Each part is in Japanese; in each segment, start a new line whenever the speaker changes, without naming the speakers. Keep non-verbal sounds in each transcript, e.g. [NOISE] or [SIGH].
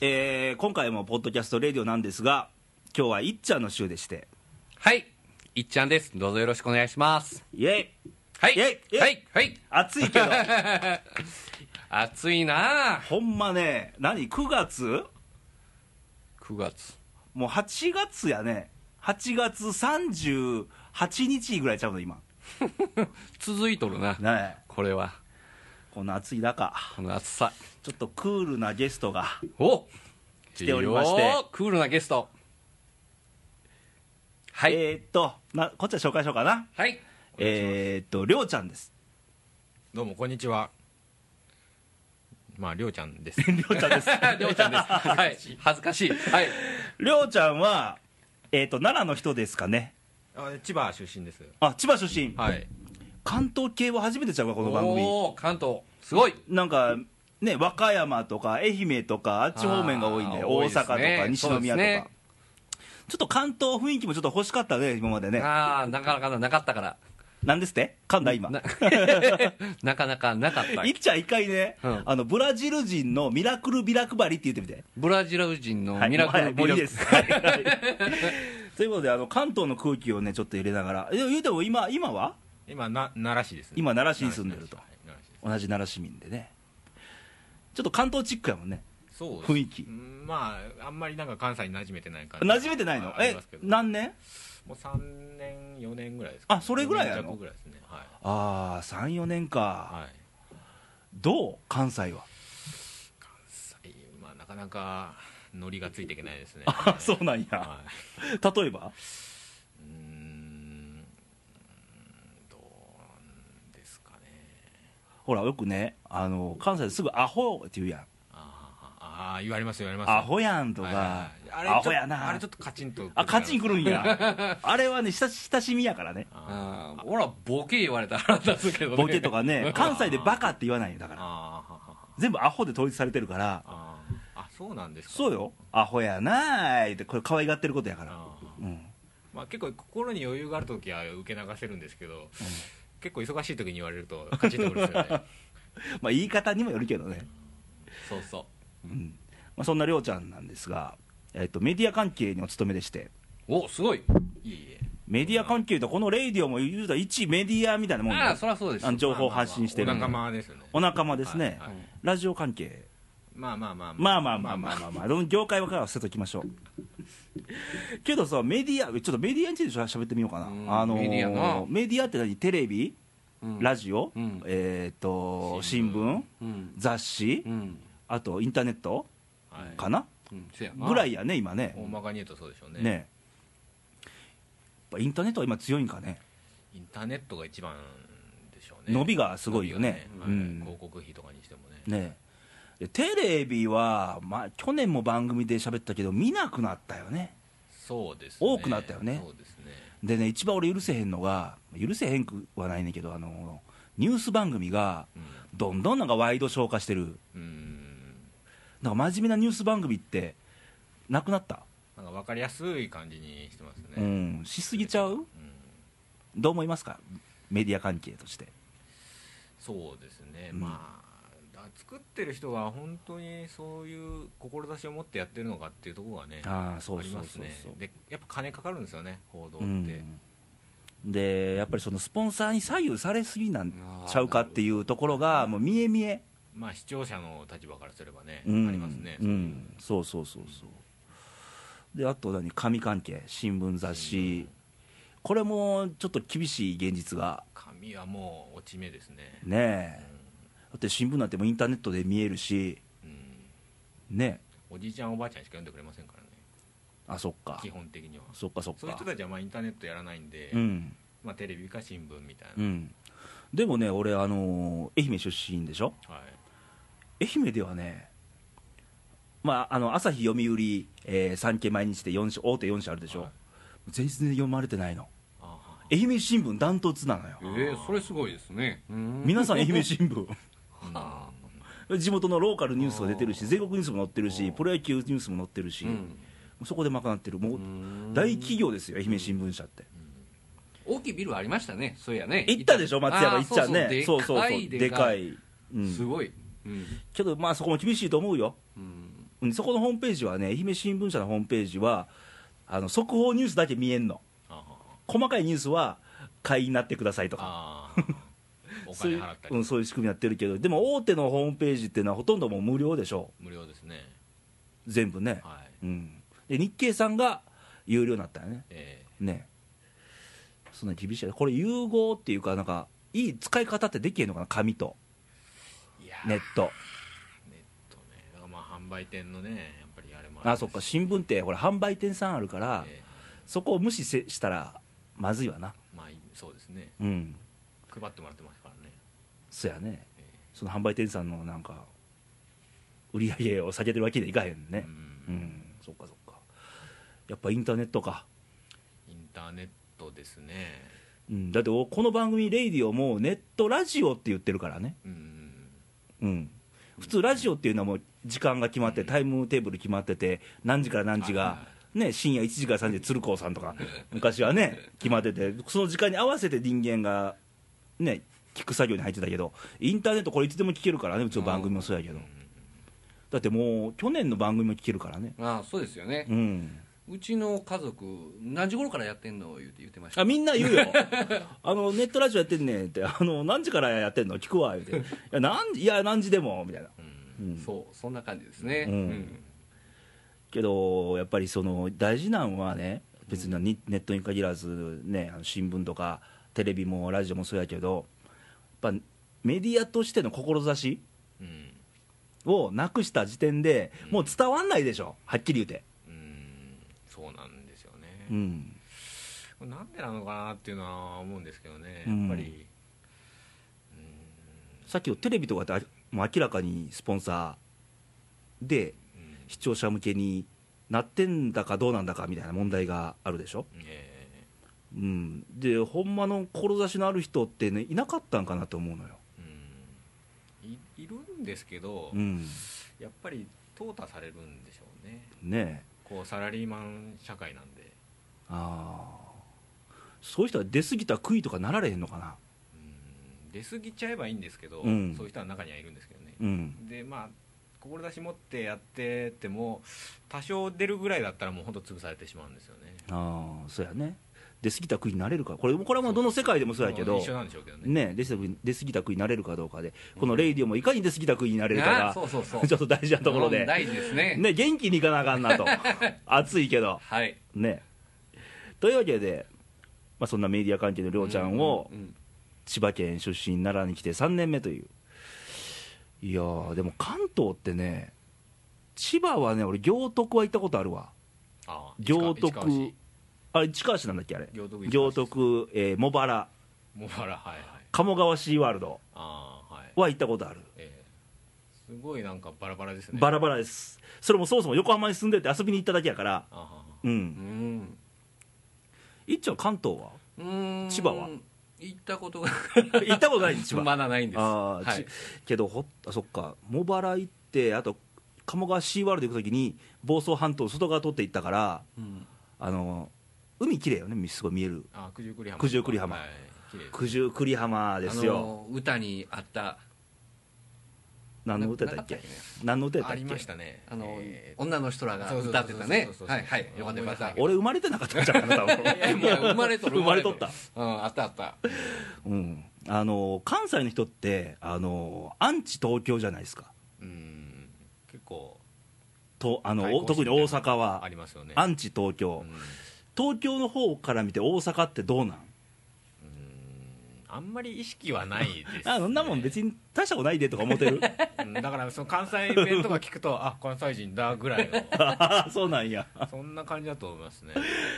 えー今回もポッドキャストレディオなんですが今日はいっちゃんの週でして
はい、いっちゃんです。どうぞよろしくお願いします。
イエイ
はい
イェ、イ
はい、はい。
暑いけ [LAUGHS] ど
暑いなあ
ほんまね何9月
9月。
もう8月やね8月38日ぐらいちゃうの今
続いとるな、
ね
これは。
この暑い中
この暑さ。
ちょっとクールなゲストが
お来
ておりまして
クールなゲスト。はい。
えーっとなこっちは紹介しようかな
はい。
えーっとりょうちゃんです
どうもこんにちはまありょうちゃんです
[LAUGHS] [LAUGHS] りょうちゃんです
りょうち
[LAUGHS]
ゃんです。はい。恥ずかしい。はい。
りょうちゃんはえーっと奈良の人ですかね
あ千葉出身です
あ千葉出身、
はい
関東系は初めてちゃうかこの番組
おー関東。すごい。
なんかね和歌山とか愛媛とかあっち方面が多いんで
あー
大
多い
阪
です
と
ね
か西宮
そう
とか、
ですね
ちょっと関東雰囲気もちょっと欲しかったね今までね
ああ、なかなかなかったから。
なんですって噛んだ今
な [LAUGHS] なかなかなかった
いっ。ちゃん一回ね、
うん
あのブラジル人のミラクルビラ配りって言ってみて
ブラジル人の
はい
ミラク
もう
ル
はいもういい
魅
で
力
す。はいはいということであの関東の空気をねちょっと入れながらえでも言うても今今は
今な奈良市です、
今奈良市に住んでると
はい奈良市
同じ奈良市民でねちょっと関東チックやもんね
ですそうです
雰囲気
うんまああんまりなんか関西に馴染めてない感じ
馴染めてないの
ああり
え
ますけども
何年
う3年4年ぐらいですか、
あそれぐらいやの
四年弱ぐらいですねはい、
ああ34年か、
はい、
どう関西
[LAUGHS]
は
さまあなかなかノリがついていけないですね
あそうなんや
はい
例えば
うーんどうですかね
ほらよくねあの関西ですぐ「アホ」って言うやん
あーあー言われます言わ
「
れます
アホやん」と
はいは
か「
いあれ
アホやな」
あれちょっとカチンと
あカチンくるん
[LAUGHS]
やあれはね親し親しみやからね
あ
あー俺はボケ言われたら腹立つけどね
ボケとか
[LAUGHS]
ね関西でバカって言わないよだ
ー
から
あーははは
全部アホで統一されてるから
あーあそうなんですか
そうよアホやなーいってこれ可愛がってることやから
あー
うん
まあ結構心に余裕がある時は受け流せるんですけど結構忙しい時に言われるとカチンとくるんですよ
[LAUGHS]
ね
まあ言い方にもよるけどね
そうそ
う
う
んまあそんなりょうちゃんなんですがえっとメディア関係にお勤めでして
おすごい
いえいえ
メディア関係とこのレイディオも言うたら一メディアみたいなもんよ
ああそりゃそうです
あの情報発信してる
まあまあまあお仲間ですよね
お仲間ですね、
はいはい
ラジオ関係
まあまあまあ
まあまあまあまあまあまあ、どの業界はからは捨てときましょう。けどさ、メディア、ちょっとメディアについてしゃべってみようかな。
うん
あのー
メディアな
メディアって何テレビ、
うん
ラジオ、
うん
えっ、と新
新
聞
聞
うん
雑誌、
うん
あとインターネット
はい
かな、
うんせやな
ぐらいやね、今ね。
大まかに言うとそうでしょうね
ねやっぱインターネットは今強いんかね。
インターネットが一番でしょうね
伸びがすごいよね
伸びがねはい
うん
広告費とかにしてもね
ねでテレビは、まあ、去年も番組で喋ったけど、見なくなったよね。
そうです
多くなったよね
そうですね
でね、一番俺許せへんのが、許せへんくはないねんけど、あの、ニュース番組が、
う
どんどんなんかワイドショー化してる。
んうん
なんか真面目なニュース番組って、なくなった、
なんか分かりやすい感じにしてますね、
う
うん
ん、しすぎちゃうどう思いますかメディア関係として。
そうですね、
うん
まあだ作ってる人が本当にそういう志を持ってやってるのかっていうところがね
ああ、そ
あ
う
り
そ
ま
う
す
そう
ね
そう。
でやっぱ金かかるんですよね報道っ
う
て、
んで、やっぱりそのスポンサーに左右されすぎなんちゃうかっていうところが、もう見え見え。
まあ視聴者の立場からすればね、
うん
ありますね、
うん、そうそうそうそうであと何紙関係新聞雑誌、これもちょっと厳しい現実が
紙はもう落ち目ですね、
ねえだって新聞なんてもうインターネットで見えるし
うん
ねえ
おじいちゃんおばあちゃんしか読んでくれませんからね
あそっか
基本的には
そっかそっか
そういう人たちはまあインターネットやらないんで、
うん
まあ、テレビか新聞みたいな、
うんでもね俺あのー愛媛出身でしょ
はい、
愛媛ではねまああの朝日読売、えー、産経毎日で四社大手4社あるでしょ、
はい
全然読まれてないの
あ
愛媛新聞ダントツなのよ、
えーそれすごいですね
皆さん愛媛新聞
あ
[LAUGHS] 地元のローカルニュースが出てるし全国ニュースも載ってるしプロ野球ニュースも載ってるし、
うん
そこで賄ってるもう
うん
大企業ですよ愛媛新聞社って、
大きいビルありましたねそうやね
行ったでしょ松山行っちゃうね
あ
そ
ー
うそうそう
でかい
でかい、う
す
ん、
ごいうん
けどまあそこも厳しいと思うよ
うん
うんそこのホームページはね愛媛新聞社のホームページはあの速報ニュースだけ見えんの
あ
細かいニュースは会員になってくださいとか
あー
[LAUGHS]
お
そうい
金
う
払った
うん
り
そういう仕組みやってるけどでも大手のホームページっていうのはほとんどもう無料でしょ
無料ですね
全部ね、
は
う
い
ん、で日経さんが有料になったよね
え
ねそんな厳しいこれ融合っていうかなんかいい使い方ってできへんのかな紙と
えいや
ネ
ネ
ッ
ッ
ト
トねだからまあ販売店のねやっぱりあれも
あそっか新聞ってほら販売店さんあるから、
え
そこを無視せしたらまずいわな
えまあそうですね
うん
配ってもらってますからね
そやね
ええ
その販売店さんのなんか売り上げを下げてるわけにはいかへんね
う
うん、
ん
そっかそっかやっぱインターネットか、
インターネットですね
うん、だっておこの番組「レイディオ」もネットラジオって言ってるからね
うん
うん普通ラジオっていうのはもう時間が決まってタイムテーブル決まってて何時から何時
はい
が
は
ね深夜1時から3時鶴光さんとか昔はね決まっててその時間に合わせて人間がね聞く作業に入ってたけどインターネットこれいつでも聞けるからねうちの番組もそうやけどだってもう去年の番組も聞けるからね
まあそうですよね
う、ん
うちの家族何時頃からやってんの言うて言ってました
あみんな言うよ [LAUGHS] あのネットラジオやってんねんってあの何時からやってんの聞くわ言うていや何時いや何時でもみたいな
うん
うん
そうそんな感じですね、
うんけどやっぱりその大事なんはね別ににネットに限らずねあの新聞とかテレビもラジオもそうやけどやっぱメディアとしての志
うん
をなくした時点で
うん
もう伝わんないでしょはっきり言うて
うんそうなんですよ
う
ね、
ん
なんでなのかなっていうのは思うんですけどね
う
や
ん
っぱり、
さっきのテレビとかってあもう明らかにスポンサーで
うん
視聴者向けになってんだかどうなんだかみたいな問題があるでしょ、
ええ
うん、でほんまの志のある人ってねいなかったんかなと思うのよ、
うんいいるんですけど、
うん、
やっぱり淘汰されるんでしょうね
ねえ
こうサラリーマン社会なんで、
ああそういう人は出過ぎた悔いとかなられへんのかな
うん、出過ぎちゃえばいいんですけど、
うん
そういう人は中にはいるんですけどね、
うん
でまあ志持ってやってても多少出るぐらいだったらもうほんと潰されてしまうんですよね
ああそうやね出過ぎた悔いになれるかこれこれはもうどの世界でもそうやけど
一緒なんでしょうけどね
ね出過ぎ出過ぎた悔いになれるかどうかでこのレイディオもいかに出過ぎた悔いになれる
あ
か
そうそうそ
が [LAUGHS]
う
ちょっと大事なところ
う
で
ん大事ですね
ね元気にいかなあかん
[LAUGHS]
なと暑いけど
はい
ねというわけで、まあ、そんなメディア関係のりょうちゃんを
うんうん
千葉県出身奈良に来て3年目といういやーでも関東ってね千葉はね俺行徳は行ったことあるわ
ああ
行
市川市
徳あれ市川市なんだっけあれ
行徳市
行徳、えー茂原
茂原はいはい
鴨川シーワールド
ああはい
は行ったことある、
ええすごいなんかバラバラですね
バラバラですそれもそもそも横浜に住んでて遊びに行っただけやから
ああ
う
うんん
いっちゃん関東は
うーん
千葉は
行ったことが
行ったことないん千葉
まだないんです
あー
はい
ちけどほあそっか茂原行ってあと鴨川シーワールド行くときに房総半島の外側通って行ったから
うん
あの海綺麗よねすごい見える
あ九十九里浜
九十九里浜
はい綺麗です
九十九里浜です
あ
よ
の歌にあった
何の歌やったっけ
ななか
何の歌やった
あ
っけ
りましたね
あの
ええ
女の人らが
そうそう
歌ってたね
そうそうそうそう
はいはいよかったよかった
俺生まれてなかったんじゃんあなたも
いやいや生まれとる
生まれとった
うんあったあった
うんあの関西の人ってあのアンチ東京じゃないですか
うん結構
とあの
対抗心
特に大阪は
ありますよね
アンチ東京、
うん
東京の方から見て大阪ってどうなん
あんまり意識はないです、
あそんなもん別に大したことないでとか思ってる
うんだからその関西弁とか聞くとあ関西人だぐ
[LAUGHS]
らいの
ああそうなんや
そんな感じだと思いますね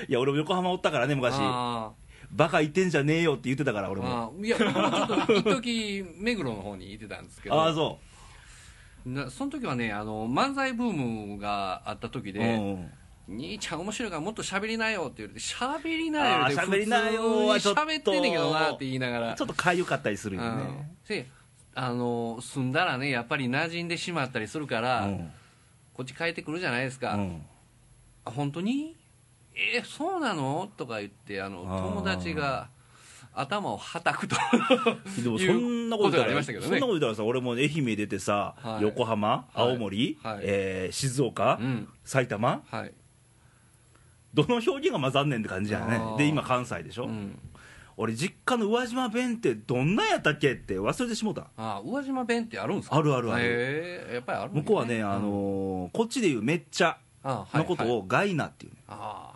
いや俺も横浜おったからね昔
あ
バカ言ってんじゃねえよって言ってたから俺
ー
も
あーいや僕もちょっと一時目黒の方にいてたんですけど
ああそ
なその時はねあの漫才ブームがあった時
う、
で
うん
「兄ちゃん面白いからもっと喋りなよ」って言われて「喋りなよ」
あ
っ
ー
て
喋りなよはちょっと
喋ってんねんけどなって言いながら
ちょっとかゆかったりするよ
う
ね
んせあの住んだらねやっぱり馴染んでしまったりするから、
うん
こっち帰ってくるじゃないですか、
うん
あ本当にえそうなのとか言ってあの
あー
友達が「頭をはたくと
[LAUGHS] でもそんなこと言った
いうことがあり
ら、
まし
そ
た
んな
けど
こ
ね
と言ったらさ、俺も愛媛出てさ、
はい
横浜、
はい
青森、
はい
えー静岡、
うん
埼玉、
はい、
どの表現が混ざんねんって感じや
あ
ね
ー。
で、今、関西でし
う
ょ、
ん、
俺、実家の宇和島弁ってどんなんやったっけって忘れてしもうた。
ああ宇和島弁ってあるんですか
あるあるある
へえやっぱりあるんや
向こうはね、あ
うん
のーこっちで言うめっちゃ
ああはい
のこと
はい
をガイナっていうね。
あ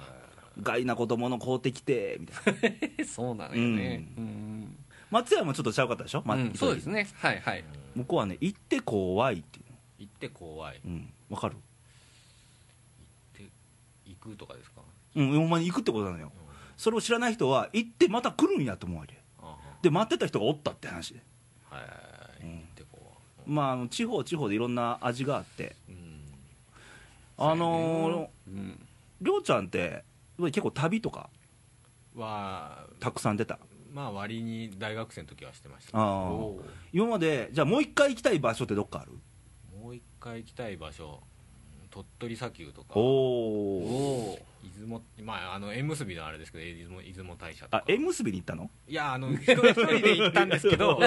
ガイナ子供の子ってきて、みたいな。
あ [LAUGHS] そうなんやね、うん
松山もちょっとちゃうかったでしょ、ま
うんそうですねはいはい
向こうはね、行って怖いっていう
行って怖い
の。うん。わかる
行くとかですか
うん、ほんまに行くってことなのよ。
うん
それを知らない人は、行ってまた来るんやと思うわけ。
あ
で待ってた人がおったって話で、
あはいはいはい行って怖い
まああの、地方地方でいろんな味があって
うん
あの
うん
ー、りょうちゃんって結構旅とか
は
たくさん出た
まあ割に大学生の時はしてました
あー
おう
今までじゃあもう一回行きたい場所ってどっかある
もう一回行きたい場所鳥取砂丘とか
お
お
お
お
出雲まああの縁結びのあれですけど出雲出雲大社と
あ
か
縁結びに行ったの
いやあの一人一人で行ったんですけ
[LAUGHS]
ど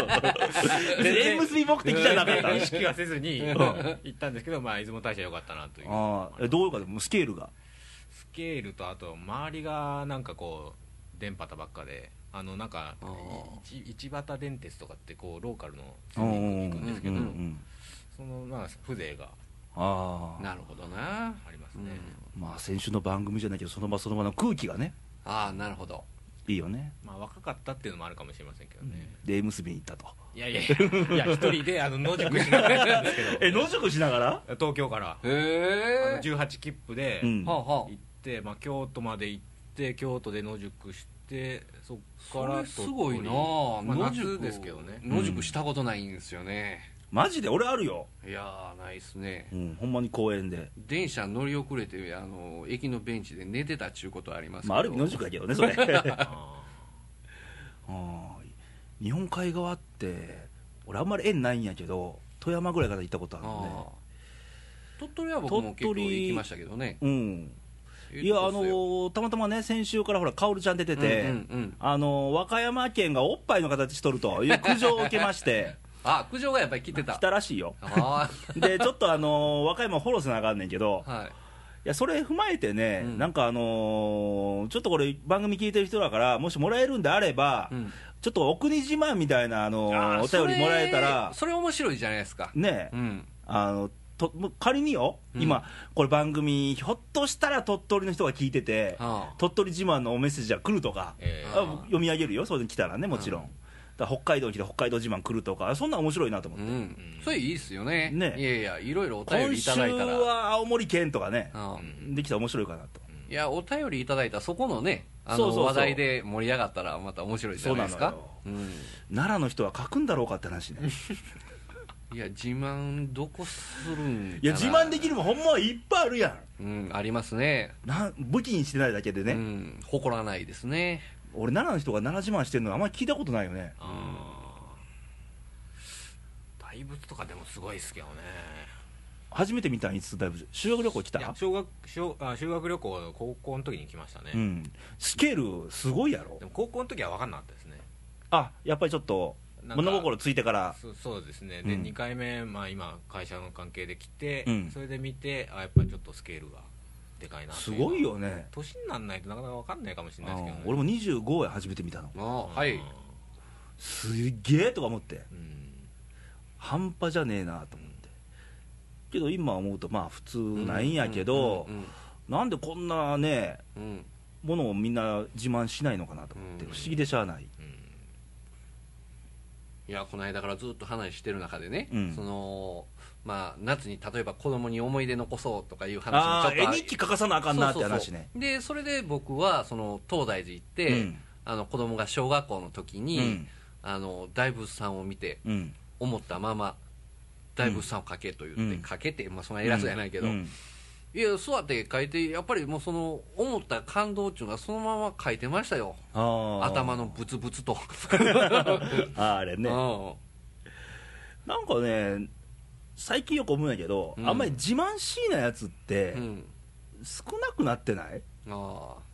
縁結び目的じゃなか
[LAUGHS]
った
意識はせずに
ん
行ったんですけどまあ出雲大社良かったなという
ああどういうかでもスケールが
スケールとあと周りがなんかこう電波たばっかであのなんか
あー
一一畑電鉄とかってこうローカルの
おー
行くんですけど
うんうん
そのまあ風情が
ああ
なるほどな
あります
う
ね、
ん
まあ先週の番組じゃないけどその場その場の空気がね
ああなるほど
いいよね
まあ若かったっていうのもあるかもしれませんけどね、
で縁結びに行ったと
いやいやいやいや一人であの野宿しながらなんですけ
[LAUGHS] え野宿しながら
ど東京から
へ
あの
え
18切符で
う
行
ん
はあはあ
って、まあ、京都まで行って京都で野宿してそっ
そ
から
れすごいな
鳥取まあ、
野宿
夏ですけどね
野宿したことないんですよね、
マジで俺あるよ、
いやーないっすね
うん、ほんまに公園で
電車乗り遅れてあの駅のベンチで寝てたっちゅうことはありますけど、
まあ、ある意味野宿だけどね、それ。 [LAUGHS]
あ
あー日本海側って、俺、あんまり縁ないんやけど、富山ぐらいから行ったことある
あ
の
ー鳥取は僕も結構
鳥取
行きましたけどね
ね。うん、いや、あのーたまたまね、先週からほら、かおるちゃん出て
出
て、
うんうんうん、
あのー和歌山県がおっぱいの形しとると [LAUGHS] いう苦情を受けまして、
あ苦情がやっぱり来てた
来たらしいよ。
あ
で、ちょっと、あのー和歌山フォローせなあかんねんけ [LAUGHS] ど
あ、はい
いやそれ踏まえてね、
うん
なんか、あのーちょっとこれ、番組聞いてる人だから、もしもらえるんであれば、
うん
ちょっとお国自慢みたいな、あのー
あー
お便りもらえたら
それそれ面白いじゃないですか、
ねえ
うん
あのともう仮によ、
うん
今、これ番組、ひょっとしたら鳥取の人が聞いてて、
ああ
鳥取自慢のメッセージが来るとか、
ええ
あ僕読み上げるよ、それに来たらね、もちろん、だから北海道に来て、北海道自慢来るとか、そんなん面白いなと思
う
って、
ん、それいいっすよね
ね
いやいやいろいろお便
今
りい
週
ただいたら
は青森県とかね、
ああ
できたら面白いかなと、
いやお便りいただいたそこのねあの
そうそうそう
話題で盛り上がったらまた面白いじゃないですかう、
奈良の人は書くんだろうかって話ね、
ん、いや自慢どこするんかない
や、自慢できるもん、ほんまはいっぱいあるや
うんありますね
ん、なん武器にしてないだけでね、
うん、誇らないですね
俺、奈良の人が奈良自慢してるの、あんまり聞いたことないよね。
あー大仏とかでもすごいですけどね
初めて見たんいつだいぶ修学旅行来た
いや小学小あ修学旅行高校の時に来ましたね、
うん、スケールすごいやろ
でも高校の時は分かんなかったですね
あやっぱりちょっと
なんか
物心ついてから
そそうですねで、
うん
2回目、まあ、今会社の関係で来て、
うん
それで見てあやっぱりちょっとスケールがでかいなと
す
うのは
ごいよね
年になんないとなかなか分かんないかもしれないですけど、ね
う、ん俺も25や初めて見たの
ああはい
すっげえとか思って
うん
半端じゃねえなと思ってけど今思うとまあ普通ないんやけど
うん
なんでこんなね
うんうんうん
ものをみんな自慢しないのかなと思って
う
不
ん
思議でしゃあない
うん
いやこの間からずっと話してる中でね、
うん
そのまあ、夏に例えば子供に思い出残そうとかいう話
あ
も
あ
ちょっと
絵日記書かさなあかんなって話
そうそう
ね
そうでそれで僕はその東大寺行って、
うん
あの子供が小学校の時
う
に、
ん
あの大仏さんを見て
うん
思ったまま大仏さんを描けと言って、
うん
描けて、まあ、そんな偉そうじゃないけど、
うん
いやそうやって描いてやっぱりもうその思った感動っていうのはそのまま描いてましたよ
あー
頭のブツブツと
あれ [LAUGHS] ね
うん
なんかね、最近よく思うんやけど、
うん
あんまり自慢しいなやつって
う、ん
少なくなってない、
ああ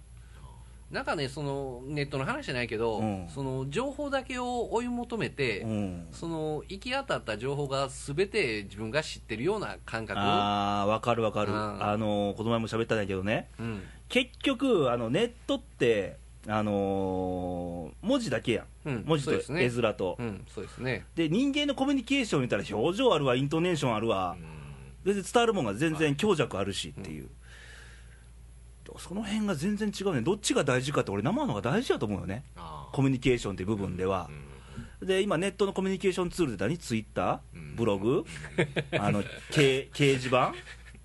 なんかねそのネットの話じゃないけど、
うん
その情報だけを追い求めて、
うん、
その行き当たった情報が全て自分が知ってるような感覚
ああ分かる分かる、
うん
あのこの前も喋ったんだけどね
うん
結局あのネットってあのー文字だけやん、
うん
文字と
そうですね
絵面と
う、ん、そうですね
で人間のコミュニケーション見たら表情あるわイントネーションあるわ、全然伝わるもんが全然強弱あるしっていう、その辺が全然違うねどっちが大事かって俺生の方が大事だと思うよね
あ
コミュニケーションっていう部分では
あ、
で今ネットのコミュニケーションツールで何ツイッタ
う
ー
ん
ブログ、あの
[LAUGHS]
掲掲示板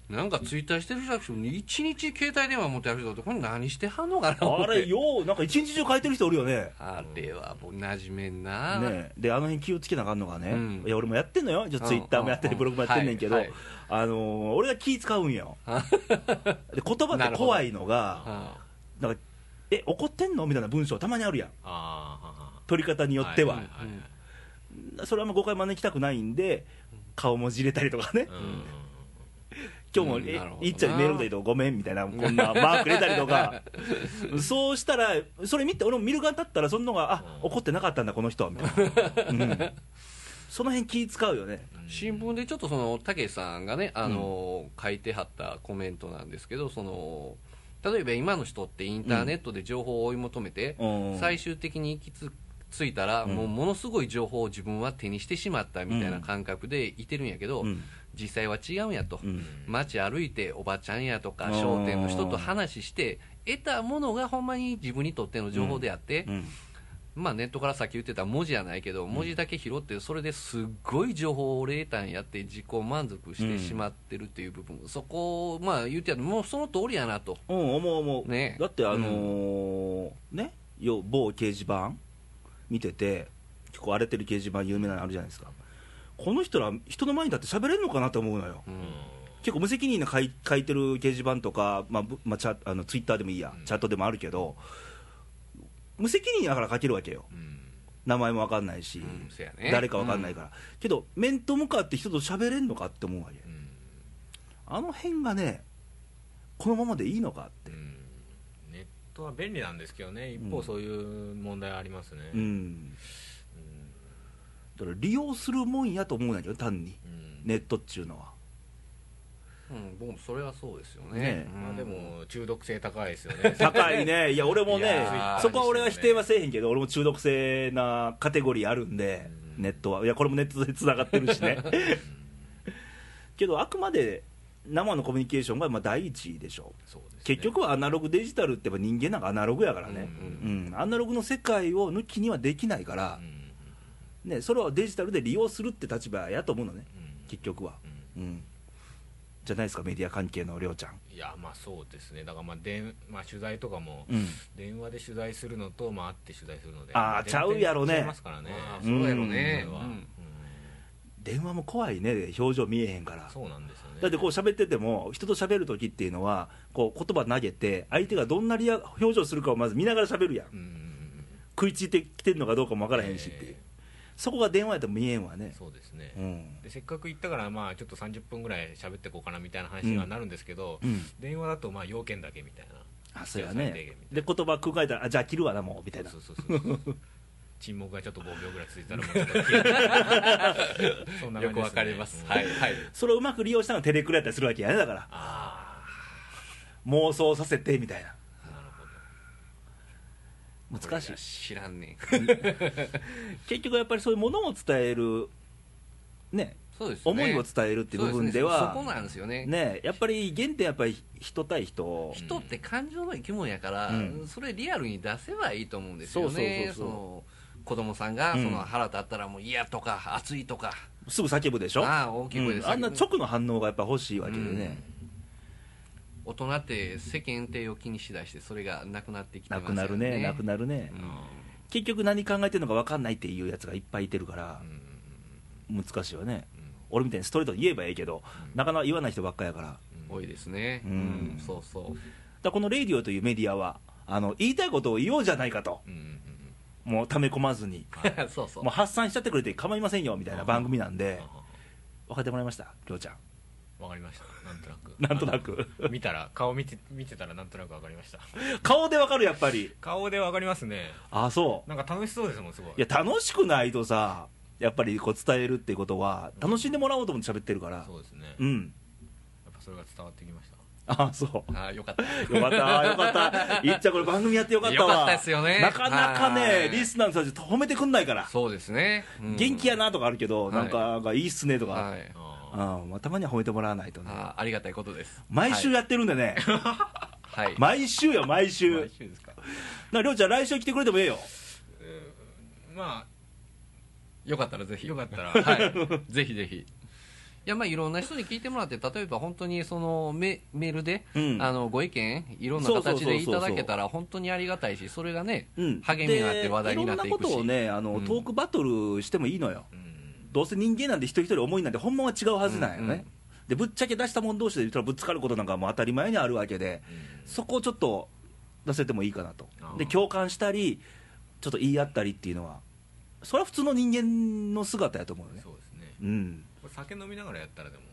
なんかツイッターしてる人に一日携帯電話持ってある人ってこれ何してはんのかな思
あ
って
れようなんか一日中書いてる人おるよね
あれはもう馴染めんな、
ねであの辺気をつけなあかんのがね、
うん
いや俺もやってんのよじゃ
うん
ツイッターもやって
うん
ブログもやってんねんけど、
はいはい
あのー俺が気使うん
[LAUGHS]
よで言葉って怖いのが
あ
なんかえ怒ってんのみたいな文章たまにあるやん
あ
取り方によっては、
はいはいはい
それはあんま誤解招きたくないんで顔文字入れたりとかね
うんうん
[LAUGHS] 今日も、
うん
え
なるほどない
っちゃんにメールだけどごめんみたいなこんなマーク入れたりと
[LAUGHS]
かそうしたらそれ見て俺も見る側だったらそんなのがあ
うん
怒ってなかったんだこの人はみたいな、
[LAUGHS]
うんその辺気使うよね
新聞でちょっとそのたけしさんがねあの、書いてはったコメントなんですけどその例えば今の人ってインターネットで情報を追い求めて、
うん
最終的に行きつ着いたら、
うん
もうものすごい情報を自分は手にしてしまったみたいな感覚でいてるんやけど、
うん
実際は違うんやと、
うん
街歩いておばちゃんやと
あ
か
ー
商店の人と話して得たものがほんまに自分にとっての情報であって、
うん
まあ、ネットからさっき言ってた文字やないけど文字だけ拾ってそれですっごい情報を得たんやって自己満足してしまってるっていう部分、そこをまあ言ってやるもうその通りやなと
うん思う思う、
ね
だってあのーねよ某掲示板見てて結構荒れてる掲示板有名なのあるじゃないですかこの人ら人の前に立って喋れるのかなと思うのよ結構無責任な書い書いてる掲示板とか、まあぶまあ、チャあのツイッターでもいいや、
うん
チャットでもあるけど無責任だから書けるわけよ
うん
名前も分かんないし、
うんそやね、
誰か分かんないからら、けど面と向かって人と喋れんのかって思うわけ
うん
あの辺がねこのままでいいのかって
うんネットは便利なんですけどね一
う
方
ん
そういう問題ありますね
うん
うん
だから利用するもんやと思うんだけど単に
うん
ネットっちゅうのは
うん、僕もそれはそうですよね
ね
うん
まあでも中毒性高いですよね
高い [LAUGHS] ねいや俺も
い
ね
やー
そこは俺は否定はせえへんけど俺も中毒性なカテゴリーあるんで
うん
ネットはいやこれもネットでつながってるしね [LAUGHS] けどあくまで生のコミュニケーションがまあ第一でしょ
そうですね
結局はアナログデジタルってやっぱ人間なんかアナログやからね
うん
うんアナログの世界を抜きにはできないか
う
ら
んうん
ねそれをデジタルで利用するって立場やと思うのね
うん
結局は
うん
うんじゃないですかメディア関係のりょうちゃん
いやまあそうですねだからまあ電、まあ、取材とかも
うん
電話で取材するのと、まあ、会って取材するので
あー
ま
ちゃうやろね
全然違いますからね
まあ
ん
そうやろね、
それは
うん
電話も怖いね表情見えへんから
うんそうなんですよね
だってこう喋ってても人と喋る時っていうのはこう言葉投げて相手がどんなリア表情するかをまず見ながら喋るやん
うんうんうん
食いついてきてるのかどうかも分からへんしっていう、
え
そこが電話やと見えんわね
ーそうですね、
うん
でせっかく行ったからまあちょっと30分ぐらい喋ってこうかなみたいな話にはなるんですけど、
うん
電話だとまあ要件だけみたいな
あそうや
必要
ね
最低限みたい
で言葉空えたらあじゃあ切るわなもうみたいな
そうそうそうそう沈黙がちょっと5秒ぐらい続いたらもうちょっと消えるそんな感
よ
じですね
くわかります、
うん
はいはい
それをうまく利用したのがテレクレやったりするわけやねだから
あ
妄想させてみたいな
あなるほど
難しい
俺ら知らんね
[LAUGHS]
ん
結局やっぱりそういうものを伝えるね
そうですね
思いを伝えるっていう部分では
そうすねそこなんですよね
ねやっぱり原点やっぱり人対人
人って感情の生き物やから、
うん
それリアルに出せばいいと思うんですよね
そうそうそうそう
の子供さんが
う
そ
ん
の腹立ったらもう嫌とか熱いとか、
すぐ叫ぶでしょ
ああ大きい声で叫ぶ
うんあんな直の反応がやっぱ欲しいわけでね、
大人って世間体を気にしだしてそれがなくなってきてま
な
す
く
よね
なるねなくなるね、
うん
結局何考えてるのか分かんないっていうやつがいっぱいいてるから
うん、
難しいよね、
うん
俺みたいにストレートに言えばええけど、なかなか言わない人ばっかやからだか
多いですね、
う
うんんそうそう [LAUGHS]
らこのレイディオというメディアはあの言いたいことを言おうじゃないかと
うんうんうん
もう溜め込まずに
そうそう
もう発散しちゃってくれて構いませんよみたいな番組なんで
あ
分かってもらいましたりょうちゃん
わかりましたなんとなく
なんとなく
あの見たら顔見て見てたらなんとなくわかりました
顔でわかるやっぱり
顔でわかりますね
あそう
なんか楽しそうですもんすごい
いや楽しくないとさやっぱりこう伝えるってことは楽しんでもらおうと思って喋ってるから
そうですね
う
やっ
ん
ぱそれが伝わってきました
あそう
ああよかった
よかったよか
[LAUGHS]
ったいっちゃんこれ番組やってよかったわ
よかったですよね
なかなか
は
ね
い
リスナーの人たち褒めてくんないから
そうですね、うん
元気やなとかあるけど
はい
なんかがいいっすねとか
はい
あ
うんまあたまには褒めてもらわないとね
あーありがたいことです
毎週やってるんでね
はい、はい
毎週よ毎
ー
週
毎週ですか
なりょうちゃん来週来てくれてもええよ
ま
よかったらぜ
あ
ひ
よかったら
はい、ぜひぜひ。いやまあいろんな人に聞いてもらって例えば本当にそのメメールで、
うん
あのご意見いろんな
そうそうそう
形
そう
でいただけたら本当にありがたいしそれがね、
うん
励みになって
で
話題になってい
ろん
く
なことを
し、
ねあの
うん
トークバトルしてもいいのよ
うん
どうせ人間なんで一人一人思いなんてほんまは違うはずなんよね、
うんうん
でぶっちゃけ出したもん同士で言ったらぶつかることなんかもう当たり前にあるわけでそこをちょっと出せてもいいかなと
あー
で共感したりちょっと言い合ったりっていうのはそれは普通の人間の姿やと思うよね
そうですね
うん
これ酒飲みながらやったらでも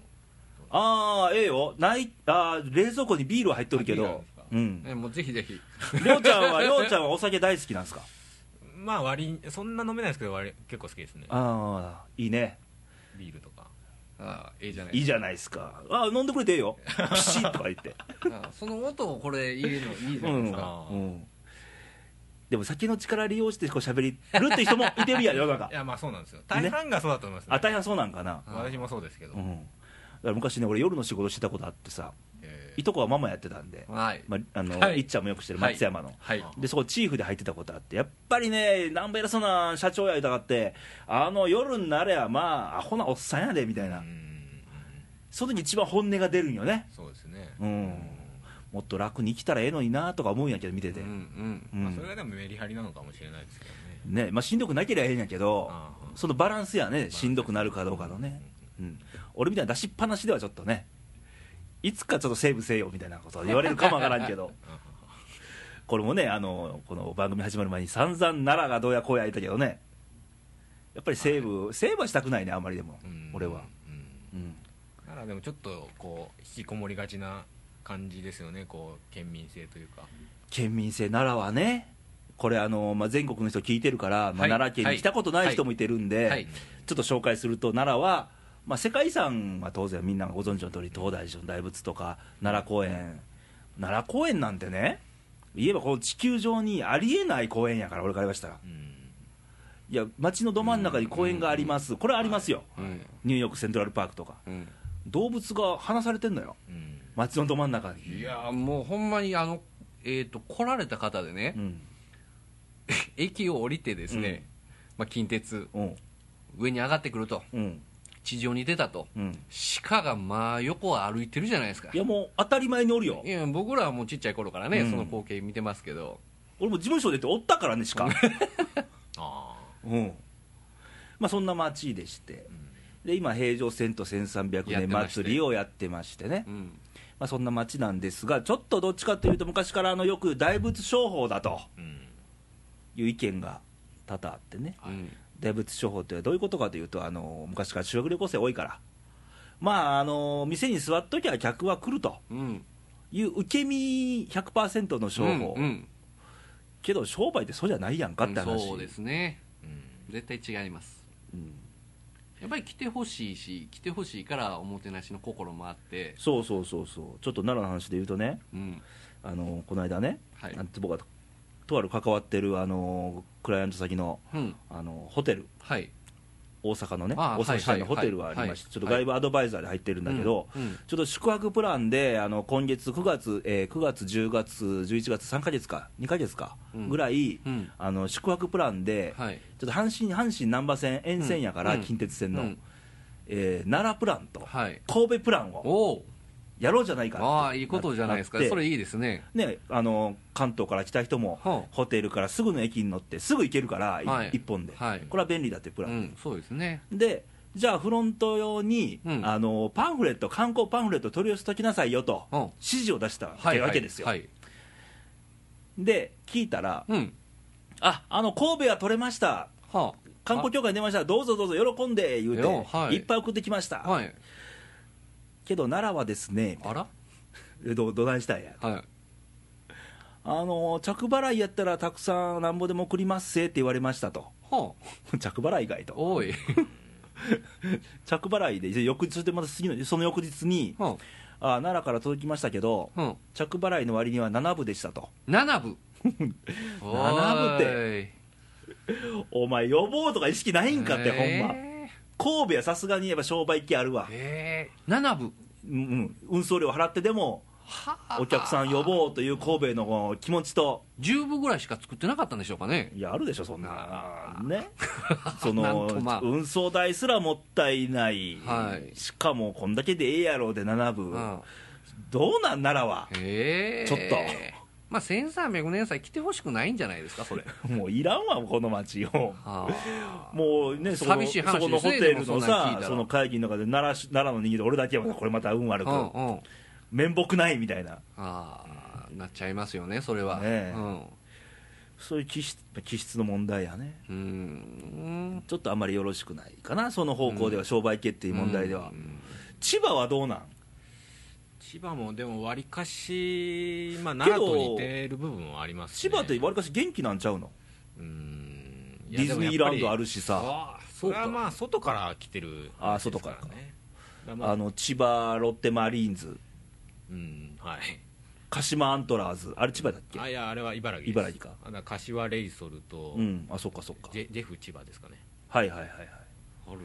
ああええよないあー冷蔵庫にビールは入っとるけ
あビールなん
ど
ですか
うん
ねもうぜひぜひ [LAUGHS]
りょうちゃんはりょうちゃんはお酒大好きなんですか
まあ割にそんな飲めないですけど割結構好きですね
ああいいね
ビールとか
あーいいじゃない
いいじゃないですかあー飲んでくれてええよピシッとか言って
あーその音をこれ入れるのいいじゃないですか、
あ
う
ー
んうん、でも酒の力利用してこう喋りるって人もいてる [LAUGHS] やん世の中
いやまあそうなんですよ大半がそうだと思いますね
あ大半そうなんかな、
私もそうですけど、
うん、だから昔ね俺夜の仕事してたことあってさ
えー
いとこはママやってたんで、
はい、
まあの
は
い
い
っちゃんもよくしてる松山の、
はい
でそこチーフで入ってたことあってやっぱりね南米偉そうな社長やいたかってあの夜になればまあアホなおっさんやでみたいな、
うん
その時一番本音が出るんよね
そうですね、
うんもっと楽に生きたらええのになとか思うんやけど見てて、
う
うん
うん
ん
まあ、それがでもメリハリなのかもしれないですけどね
ねまあ、しんどくなければええんやけど
ああ
そのバランスやねしんどくなるかどうかのね、うん、俺みたいな出しっぱなしではちょっとねいつかちょっとセーブせよみたいなことは言われるかもわからん [LAUGHS] けどこれもねあのこの番組始まる前に散々奈良がどうやこうや言ったけどねやっぱりセーブ、セーブはしたくないねあんまりでも、
うん
俺は、
うん
うん、
ならでもちょっとこう引きこもりがちな感じですよねこう県民性というか
県民性奈良はねこれあの、まあ、全国の人聞いてるから、まあ
はい
奈良県に来たことない人もいてるんで、
はい
ちょっと紹介すると奈良は、まあ、世界遺産は当然みんながご存知の通り東大寺の大仏とか奈良公園奈良公園なんてね言えばこの地球上にありえない公園やから俺から言わしたら
うん
いや街のど真ん中に公園がありますこれはありますよ、
うん
ニューヨークセントラルパークとか
うん
動物が放されてんのよ
うん
街のど真ん中
い
に、
やもうほんまにあのえっ、と来られた方でね、
うん
駅を降りてですね、まあ、近鉄
うん
上に上がってくると
うん
地上に出たと
うん
鹿が真横を歩いてるじゃないですか
いやもう当たり前におるよ
いや僕らはもうちっちゃい頃からね、
うん
その光景見てますけど
俺も事務所出ておったからね [LAUGHS] しか
あ
うんまあそんな街でして
あ、うん
で今平城遷都1300年祭りをやってましてね
うん
まあ、そんな町なんですがちょっとどっちかというと昔からあのよく大仏商法だと
うん
いう意見が多々あってね
うん
大仏商法ってどういうことかというとあの昔から修学旅行生多いからまああの店に座っときゃ客は来ると
うん
いう受け身100%の商法、
うん
けど商売ってそうじゃないやんかって話、
そうですね
うん
絶対違います
うん
やっぱり来てほしいし来てほしいからおもてなしの心もあって
そうそうそうそうちょっと奈良の話で言うとね
うん
あのこの間ね、
はい
なんて僕がとある関わってるあのクライアント先の
うん
あのホテル
はい
大阪のね
あ
大
あ
阪市内の
はい
ホ
はい
テルはありまして、
はい
ちょっと外部アドバイザーで入ってるんだけど、
うんうん
ちょっと宿泊プランであの今月9月、えー9月10月11月3か月か2か月か、
うん
ぐらい、
うん
あの宿泊プランで、
はい
ちょっと阪神阪神難波線沿線やから、
うん
近鉄線の、
うん
えー奈良プランと、
はい
神戸プランを
おお
やろうじゃないかって
ああいいことじゃないですか
って
それいいですね
ね、あの関東から来た人も、
はあ
ホテルからすぐの駅に乗ってすぐ行けるから、い
はい
一本で、
はい
これは便利だってプ
う
ラン、
んそうですね
でじゃあフロント用に、
うん
あのパンフレット観光パンフレット取り寄せときなさいよと、
うん
指示を出した
はい
わけですよ、
はいはい
で聞いたら、
うん
ああの神戸は取れました
は
観光協会に出ましたどうぞどうぞ喜んで言うて、
よはい
いっぱい送ってきました、
あはい
けど奈良はですね
あら
えどどないしたんや
はい
あの着払いやったらたくさんなんぼでも送りますせって言われましたと [LAUGHS]
は
着払いかい
あ
と
おい
着払いでで翌日でまた次のその翌日に
は
あ奈良から届きましたけど
あうん
着払いの割には7部でしたと
7部
[LAUGHS] 七部
て
お前予防とか意識ないんかって、ほんま神戸はさすがにやっぱ商売機あるわ、
えー、7部
うんうん、運送料払ってでも
はあ
お客さん呼ぼうという神戸のこう気持ちと
10部ぐらいしか作ってなかったんでしょうかね
いやあるでしょそんな
[LAUGHS]
ねそ
なん
の
と、まあ
運送代すらもったいない、
はい
しかもこんだけでええやろうで7部、
うん
どうなん奈良は
ええ
ちょっと
まあ1300年祭来てほしくないんじゃないですかそれ
もういらんわこの町を
はあ
もうねそこの
寂しい話
そこの
です
ホ
ね
テルの
でもそんなん聞
さ
いたら
その会議の中で奈良市奈良の握り俺 [LAUGHS] だけはこれまた運悪く、
うんうん
面目ないみたいな
ああなっちゃいますよねそれは、
ねえそういう気質気質の問題やね
うんうん
ちょっとあんまりよろしくないかなその方向では、商売決定問題では、
うん
千葉はどうなん
千葉もでもわりかし、まあ、奈良と似てる部分はあります、
千
ね、
葉ってわりかし元気なんちゃうの
うーんい
ディ
や
ズニーランドあるし
でもやっぱり
さ
ああそれはまあ外から来てる
ああ外からか
ですねだからまあ
あの千葉ロッテマリーンズ
うんはい
鹿島アントラーズあれ千葉だっけ
あいやあれは茨城です
茨城か
あだら柏レイソルと、
うんあそっかそっか
ジェジェフ千葉ですかね
はいはいはいはい
ある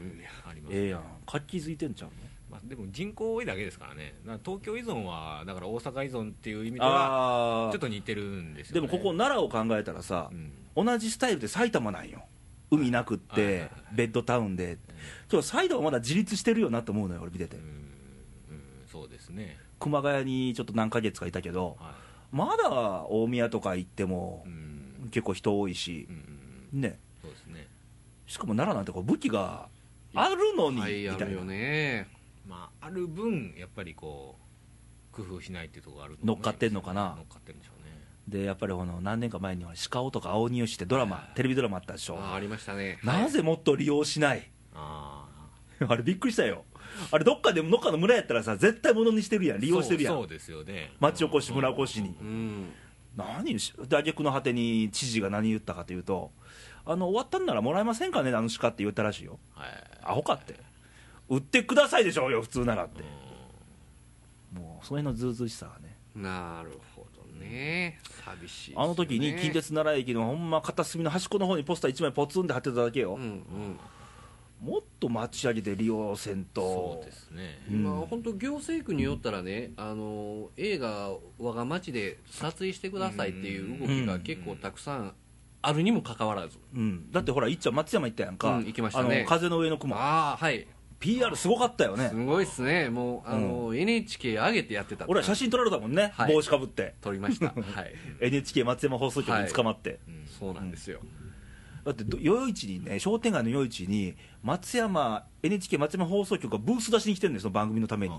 あります、
ええやん活気づいてんちゃうの
まあ、でも人口多いだけですからねだから東京依存はだから大阪依存っていう意味では
ああ
ちょっと似てるんです
で
よ、
も
ね、
ここ奈良を考えたらさ、同じスタイルで埼玉なんよ海なくっ
はいはいは
て
い
ベッドタウンでちょっと埼玉まだ自立してるよなと思うのよ俺見てて
うん、うん、そうですね
熊谷にちょっと何ヶ月かいたけど
は
まだ大宮とか行っても
いうん、
結構人多いし
う、ん、
ね
そうですね
しかも奈良なんてこう武器があるのに
はい
み
あ
た
る
い
よ
な
ね
まあある分やっぱりこう工夫しないっていうところがあると思います
乗っかってんのかな
乗っかってるんでしょうね
でやっぱりこの何年か前には鹿尾とか青鬼をしてドラマテレビドラマあったでしょ
あありましたね
なぜもっと利用しない [LAUGHS]
ああ
あれびっくりしたよあれどっかでもどっかの村やったらさ絶対物にしてるやん利用してるや
そうんそうですよね
町おこし村おこしに
うん
何し打撃の果てに知事が何言ったかというとあの終わったんならもらえませんかねあの鹿って言ったらしいよ
はい
アホかって売ってくださいでしょうよ普通ならってもうその辺のずうずうしさがね
なるほどね寂しいですよね
あの時に近鉄奈良駅のほんま片隅の端っこの方にポスター1枚ポツンって貼ってただけよ、
うんうん
もっと町上げで利用せん
そ
と
うですね
うん
まあ、本当行政区によったらね、あの映画「我が町」で撮影してくださいっていう動きが結構たくさんあるにもかかわらず、
うん、だってほらいっちゃん松山行ったやんか、
うん行きました
あ
ね
の風の上の雲
ああはい
PR すごかったよね
すごいっすねもうあの、NHK 上げてやってた
俺ら写真撮られたもんね、
はい
帽子かぶって
撮りま [LAUGHS] したはい
NHK 松山放送局に捕まって、
うん
そうなんですよ、
だってど夜市にね商店街の夜市に松山 NHK 松山放送局がブース出しに来てるんですよその番組のために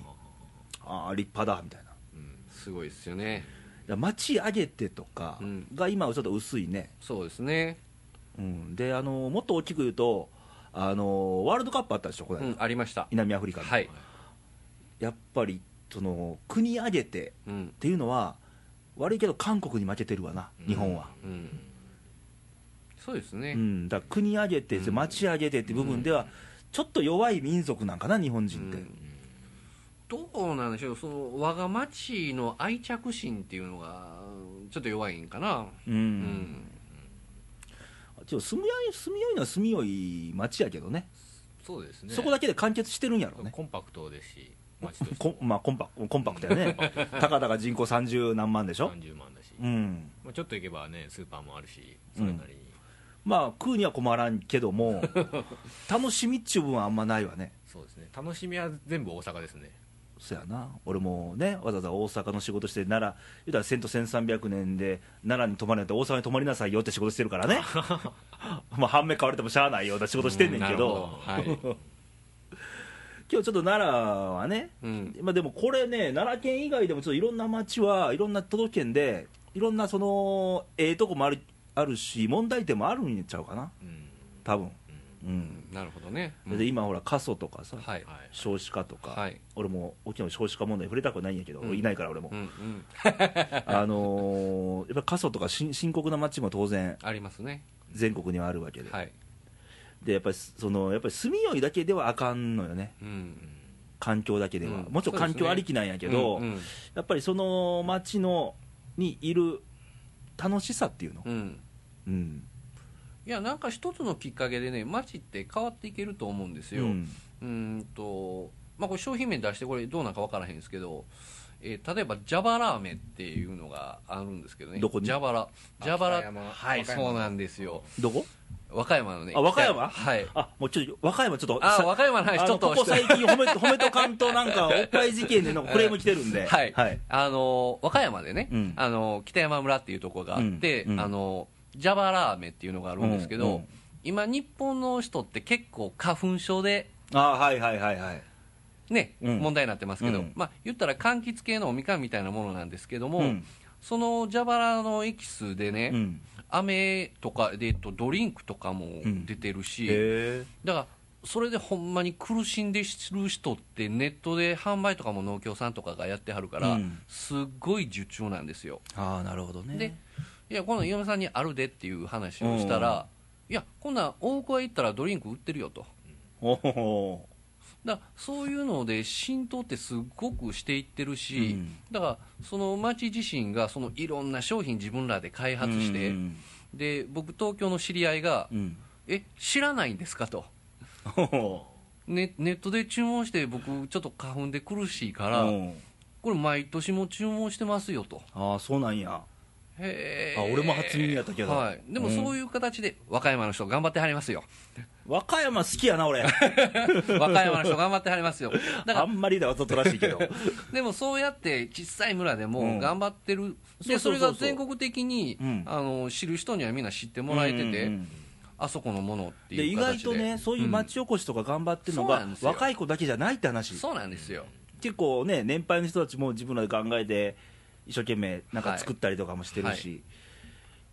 ああ立派だみたいな
うん
すごいっすよね
だから町上げてとか
うん
が今はちょっと薄いね、
そうですね、
うん、であのもっと大きく言うとあのワールドカップあったでしょこ
う
の間、
ん、ありました
南アフリカの、
はい、
やっぱりその国挙げて
うん
っていうのは悪いけど韓国に負けてるわな日本は、
うん、そうですね、
うんだから国挙げて
うん
町挙げてって部分ではちょっと弱い民族なんかな日本人って、
うんどうなんでしょうその我が町の愛着心っていうのがうんちょっと弱いんかな
うん
うん
ちょっと住みよい住みよいのは住みよい町やけどね
そうですね
そこだけで完結してるんやろうね
コンパクトですし
[LAUGHS]
街として
こ
も
まあ、コンパコンパクトやねたかだか人口30何万でしょ、
30万だし、
うん、
まあ、ちょっと行けばねスーパーもあるしそれなりに、
まあ食うには困らんけど
[LAUGHS]
も楽しみっちゅう分はあんまないわね
そうですね楽しみは全部大阪ですね
そやな俺もねわざわざ大阪の仕事して奈良言うたら1000と1300年で奈良に泊まれなと大阪に泊まりなさいよって仕事してるから
[LAUGHS]
ねまあ半目買われてもしゃあないような仕事してんねんけど
なるほ
[LAUGHS]
どはい
今日ちょっと奈良はね、
うん
まあ、でもこれね奈良県以外でもちょっといろんな町はいろんな都道府県でいろんなそのええとこもあるあるし問題点もあるんちゃうかな
うん
多分
うん
うん、
なるほどね、
それで今ほら過疎とかさ、
はい
はい
少子化とか、
はい
俺も沖縄の少子化問題触れたくないんやけど、
うん
いないから俺も、
うんうん
あのーやっぱ過疎とか深深刻な町も当然
ありますね
全国にはあるわけで、
はい
でやっぱりそのやっぱり住みよいだけではあかんのよね
うん
環境だけでは、
うん
もちろん環境ありきなんやけど、
うんうん
やっぱりその町のにいる楽しさっていうの、
うん
うん
いやなんか一つのきっかけでね街って変わっていけると思うんですよ、
うん
うーんと、まあ、これ商品名出してこれどうなんかわからへんですけど、えー例えばジャバラーメンっていうのがあるんですけどね
どこに
ジャバラジャバ
あ北
ラ
山
はい
和歌山
そうなんですよ
どこ
和歌山のね
あ和歌山
北はい
あもうちょっと和歌山ちょっと
あ
さ
和歌山の
あ
話ちょ
の
っと
ここ最近褒め [LAUGHS] 褒めとかんとなんかおっぱい事件でなんかクレーム来てるんで
[LAUGHS] はい、
はい
あの和歌山でね、
うん
あの北山村っていうところがあって、
うんうん
あのジャバラーメンっていうのがあるんですけど、
うんうん
今日本の人って結構花粉症で
あはいはいはいはい
ね、
うん
問題になってますけど、
うん
まあ、言ったら柑橘系のおみかんみたいなものなんですけども、
うん
その蛇腹のエキスでね、
うん
飴とかで、えっと、ドリンクとかも
ん
出てるし、
へえ
だからそれでほんまに苦しんでる人ってネットで販売とかも農協さんとかがやってはるから、
うん
すっごい受注なんですよ。
ああなるほどね
でいやこの嫁さんにあるでっていう話をしたら、いやこんなん大奥へ行ったらドリンク売ってるよと。
おお
だからそういうので浸透ってすごくしていってるし、
うん
だからその町自身がそのいろんな商品自分らで開発して、
うん
で僕東京の知り合いが「
うん
え知らないんですか?」と。
ほほ
ね、ネットで注文して僕ちょっと花粉で苦しいから、
うん
これ毎年も注文してますよと
ああそうなんや
へ
あ
ー
俺も初耳やったけど
はい、でも
うん
そういう形で、和歌山の人頑張っては
[LAUGHS]
りますよ
和歌山好きやな
[LAUGHS]
俺
和歌山の人頑張ってはりますよだ
あ
から
んまりだわざとらしい
[LAUGHS]
けど
でもそうやって小さい村で
うん
も頑張ってる、
そうそうそう
で
そ
そうれが全国的に、
うん
あの知る人にはみんな知ってもらえてて、
うんうん
あそこのものって
で
い
意
う形で
外とねそういう町おこしとか頑張ってるのが
そうなんですよ
若い子だけじゃないって
うん
話
そうなんですよ、
結構ね年配の人たちも自分らで考えて一生懸命なんか作ったりとかもしてるし、
は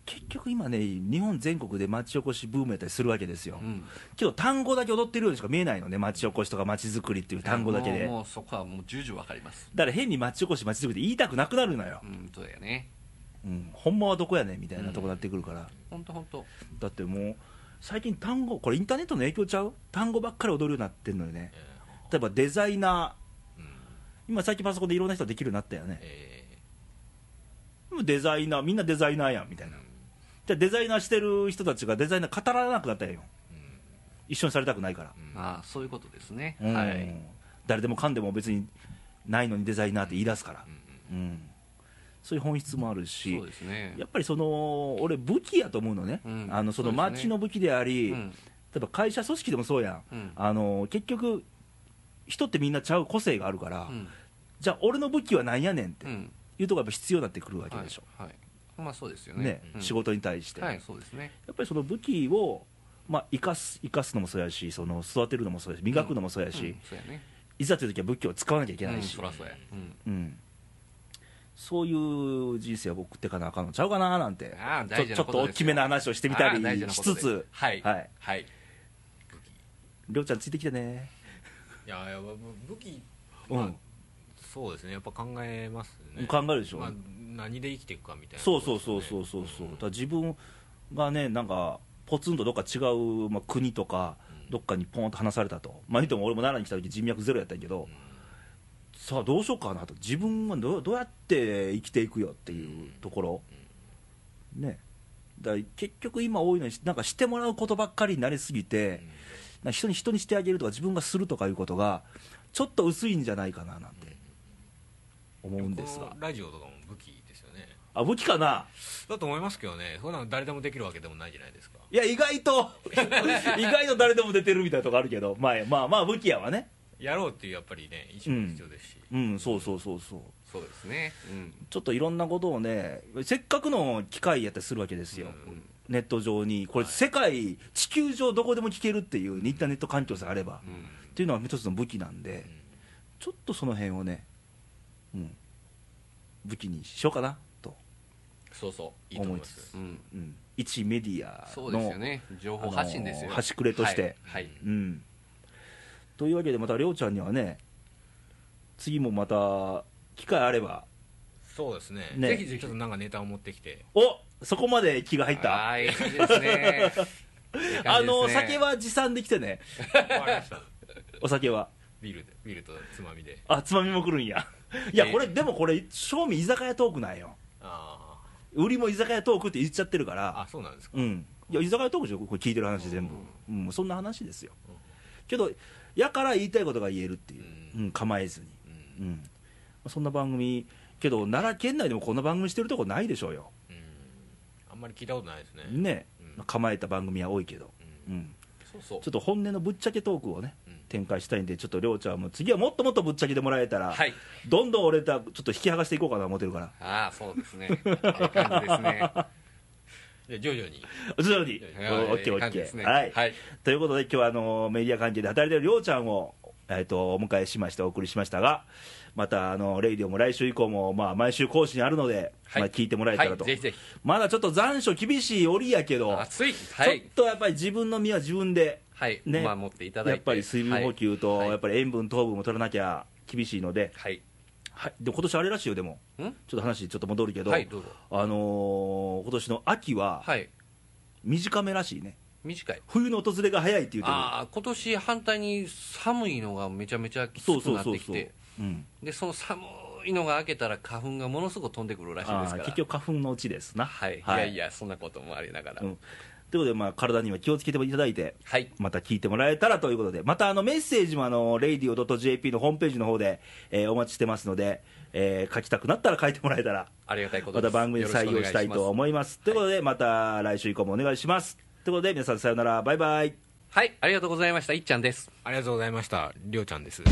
結局今ね日本全国で町おこしブームやったりするわけですよ、
うん
けど単語だけ踊ってるようにしか見えないのね町おこしとか町づくりっていう単語だけ
も
で
うもうそこはもう重々わかります
だから変に町おこし町づくりって言いたくなくなるのよ
う、んそうだよね
うん、ほんまはどこやねんみたいなとこなってくるから、
本当本当
だってもう最近単語これインターネットの影響ちゃう単語ばっかり踊るようになってんのよね例えばデザイナー今最近パソコンでいろんな人できるようになったよね
え
もうデザイナーみんなデザイナーやんみたいな、じゃあデザイナーしてる人たちがデザイナー語らなくなったらええよ、一緒にされたくないから、
ああそういうことですね、
うん
はい
誰でもかんでも別にないのにデザイナーって言い出すから、うんそういう本質もあるし
そうですね
やっぱりその俺武器やと思うのね、
うん
あのその
そうです
町
ね
の武器であり
うん
例えば会社組織でもそうやん、
うん
あの結局人ってみんなちゃう個性があるから、
うん
じゃあ俺の武器は何やねんって
うん
いうとこがやっぱ必要になってくるわけ
はい
でしょ、
はいまあそうですよね
ね
うん
仕事に対して、
はいそうですね
やっぱりその武器を、まあ、生かす生かすのもそうやしその育てるのもそうやし磨くのもそうやし、
うんそうやね
いざという時は武器を使わなきゃいけ
う
ない
ん
し、
そらそうやうん
うんそういう人生を送ってかなあかんのちゃうかななんて
ああ
ちょ
大事
ちょ
な
っ
ことと
大
ですよ
きめな話をしてみたり
ああ大事な
し
こ
つ
とで
つ
はい
はい、
はい
りょうちゃんついてきてね
えいやいや武器
うん、
まそうですねやっぱ考えますね
考えるでしょ、
まあ、何で生きていくかみたいな
そ
こ
うそ
と
う
です
そ
よね、
うそうそうそうだから自分がねなんかポツンとどっか違う、まあ、国とかどっかにポンと離されたとまあ言うても俺も奈良に来た時人脈ゼロやったんやけど、さあどうしようかなと自分はどうどうやって生きていくよっていうところ、ねだから結局今多いのになんかしてもらうことばっかりになりすぎて、なんか人に人にしてあげるとか自分がするとかいうことがちょっと薄いんじゃないかななんて思うんです
こ
が
のラジオとかも武器ですよね
あ武器かな
だと思いますけどねそんなの誰でもできるわけでもないじゃないですか
いや、意外と、 [LAUGHS] 意外と誰でも出てるみたいなとこあるけど、まあまあまあ、武器やわね。
やろうっていうやっぱりね意思も必要ですし、
うん、そうそうそうそう。
そうですねうん
ちょっといろんなことをね、せっかくの機会やったりするわけですよ。ネット上に。これ、世界、地球上どこでも聞けるっていう、インターネット環境さえあれば。っていうのは一つの武器なんで、ちょっとその辺をね、うん、武器にしようかな、と。
そうそういいと思います
うん、
うん、一メディア
そうです
の
よね情報発信です
あ
よ、
のー端くれとして
はい、はい
うん、というわけでまた亮ちゃんにはね次もまた機会あれば
そうですね
ね
ぜひぜひちょっとなんかネタを持ってきて
おそこまで気が入ったあ
はいいいです
[LAUGHS]
ねいい感じですね
の酒は持参できてね
わかりました
お酒は
ビールでビールとつまみで
あつまみも来るんやいや
ね
これでもこれ正味居酒屋トークなんよ
あ
売りも居酒屋トークって言っちゃってるか
ーあ
ら
そうなんですか
うんいや居酒屋トークでしょこれ聞いてる話全部、うん、そんな話ですよけどやから言いたいことが言えるっていう、
う
うん、構えずに
うん
うん、そんな番組けど奈良県内でもこんな番組してるとこないでしょうよ
うんあんまり聞いたことないですね
ね、
うん
構えた番組は多いけど、
う
うんん、
そうそう
ちょっと本音のぶっちゃけトークをね
うん
展開したいんでちょっと亮ちゃんも次はもっともっとぶっちゃけてもらえたら、
はい
どんどん俺たちょっと引き剥がしていこうかな思ってるから
ああそうですねいい感じです
[LAUGHS]
ね
じゃあ徐々に
徐々に
い
いやいや
おオッケー
い
オ
い
ッ
感じ
ケ
ですね
ーはい、
はい
ということで今日はあのメディア関係で働いてる亮ちゃんを、えー、とお迎えしましてお送りしましたがまたあのレイディオも来週以降も、まあ、毎週更新あるので、
は
ま
い
あ、聞いてもらえたらと、
はい、ぜひぜひ
まだちょっと残暑厳しい折やけど、
暑いはい
ちょっとやっぱり自分の身は自分で、
はい、
ね
まあ持っていただい
や
て
っぱり水分補給と、
はい
やっぱり塩分、糖分も取らなきゃ厳しいので、
はい、
はい、でも今年あれらしいよ、でも、
はい、ん
ちょっと話、ちょっと戻るけど、
はいどうぞ
あのー今年の秋は
はい
短めらしいね、
短い
冬の訪れが早いって言うてる、
ああ今年反対に寒いのがめちゃめちゃきつ
そう
く
そ
な
う
って
そう
きて
そう、うん、
でその寒いのが明けたら花粉がものすごく飛んでくるらしいで
あー
すから
結局、花粉のうちですな。
はい、
はい
い、やいやそんなこともありながら、
うんということで、まあ、体には気をつけていただいて、
はい
また聞いてもらえたらということで、またあのメッセージもあの radio.jp のホームページの方で、えーお待ちしてますので、えー書きたくなったら書いてもらえたら、
ありがたいこと
ま
で
た
す
番組に採用したいと
う
思います。ということで、また来週以降もお願いします。ということで、皆さんさようなら、バイバイ。
はいありがとうございましたいっちゃんです
ありがとうございましたりょうちゃんです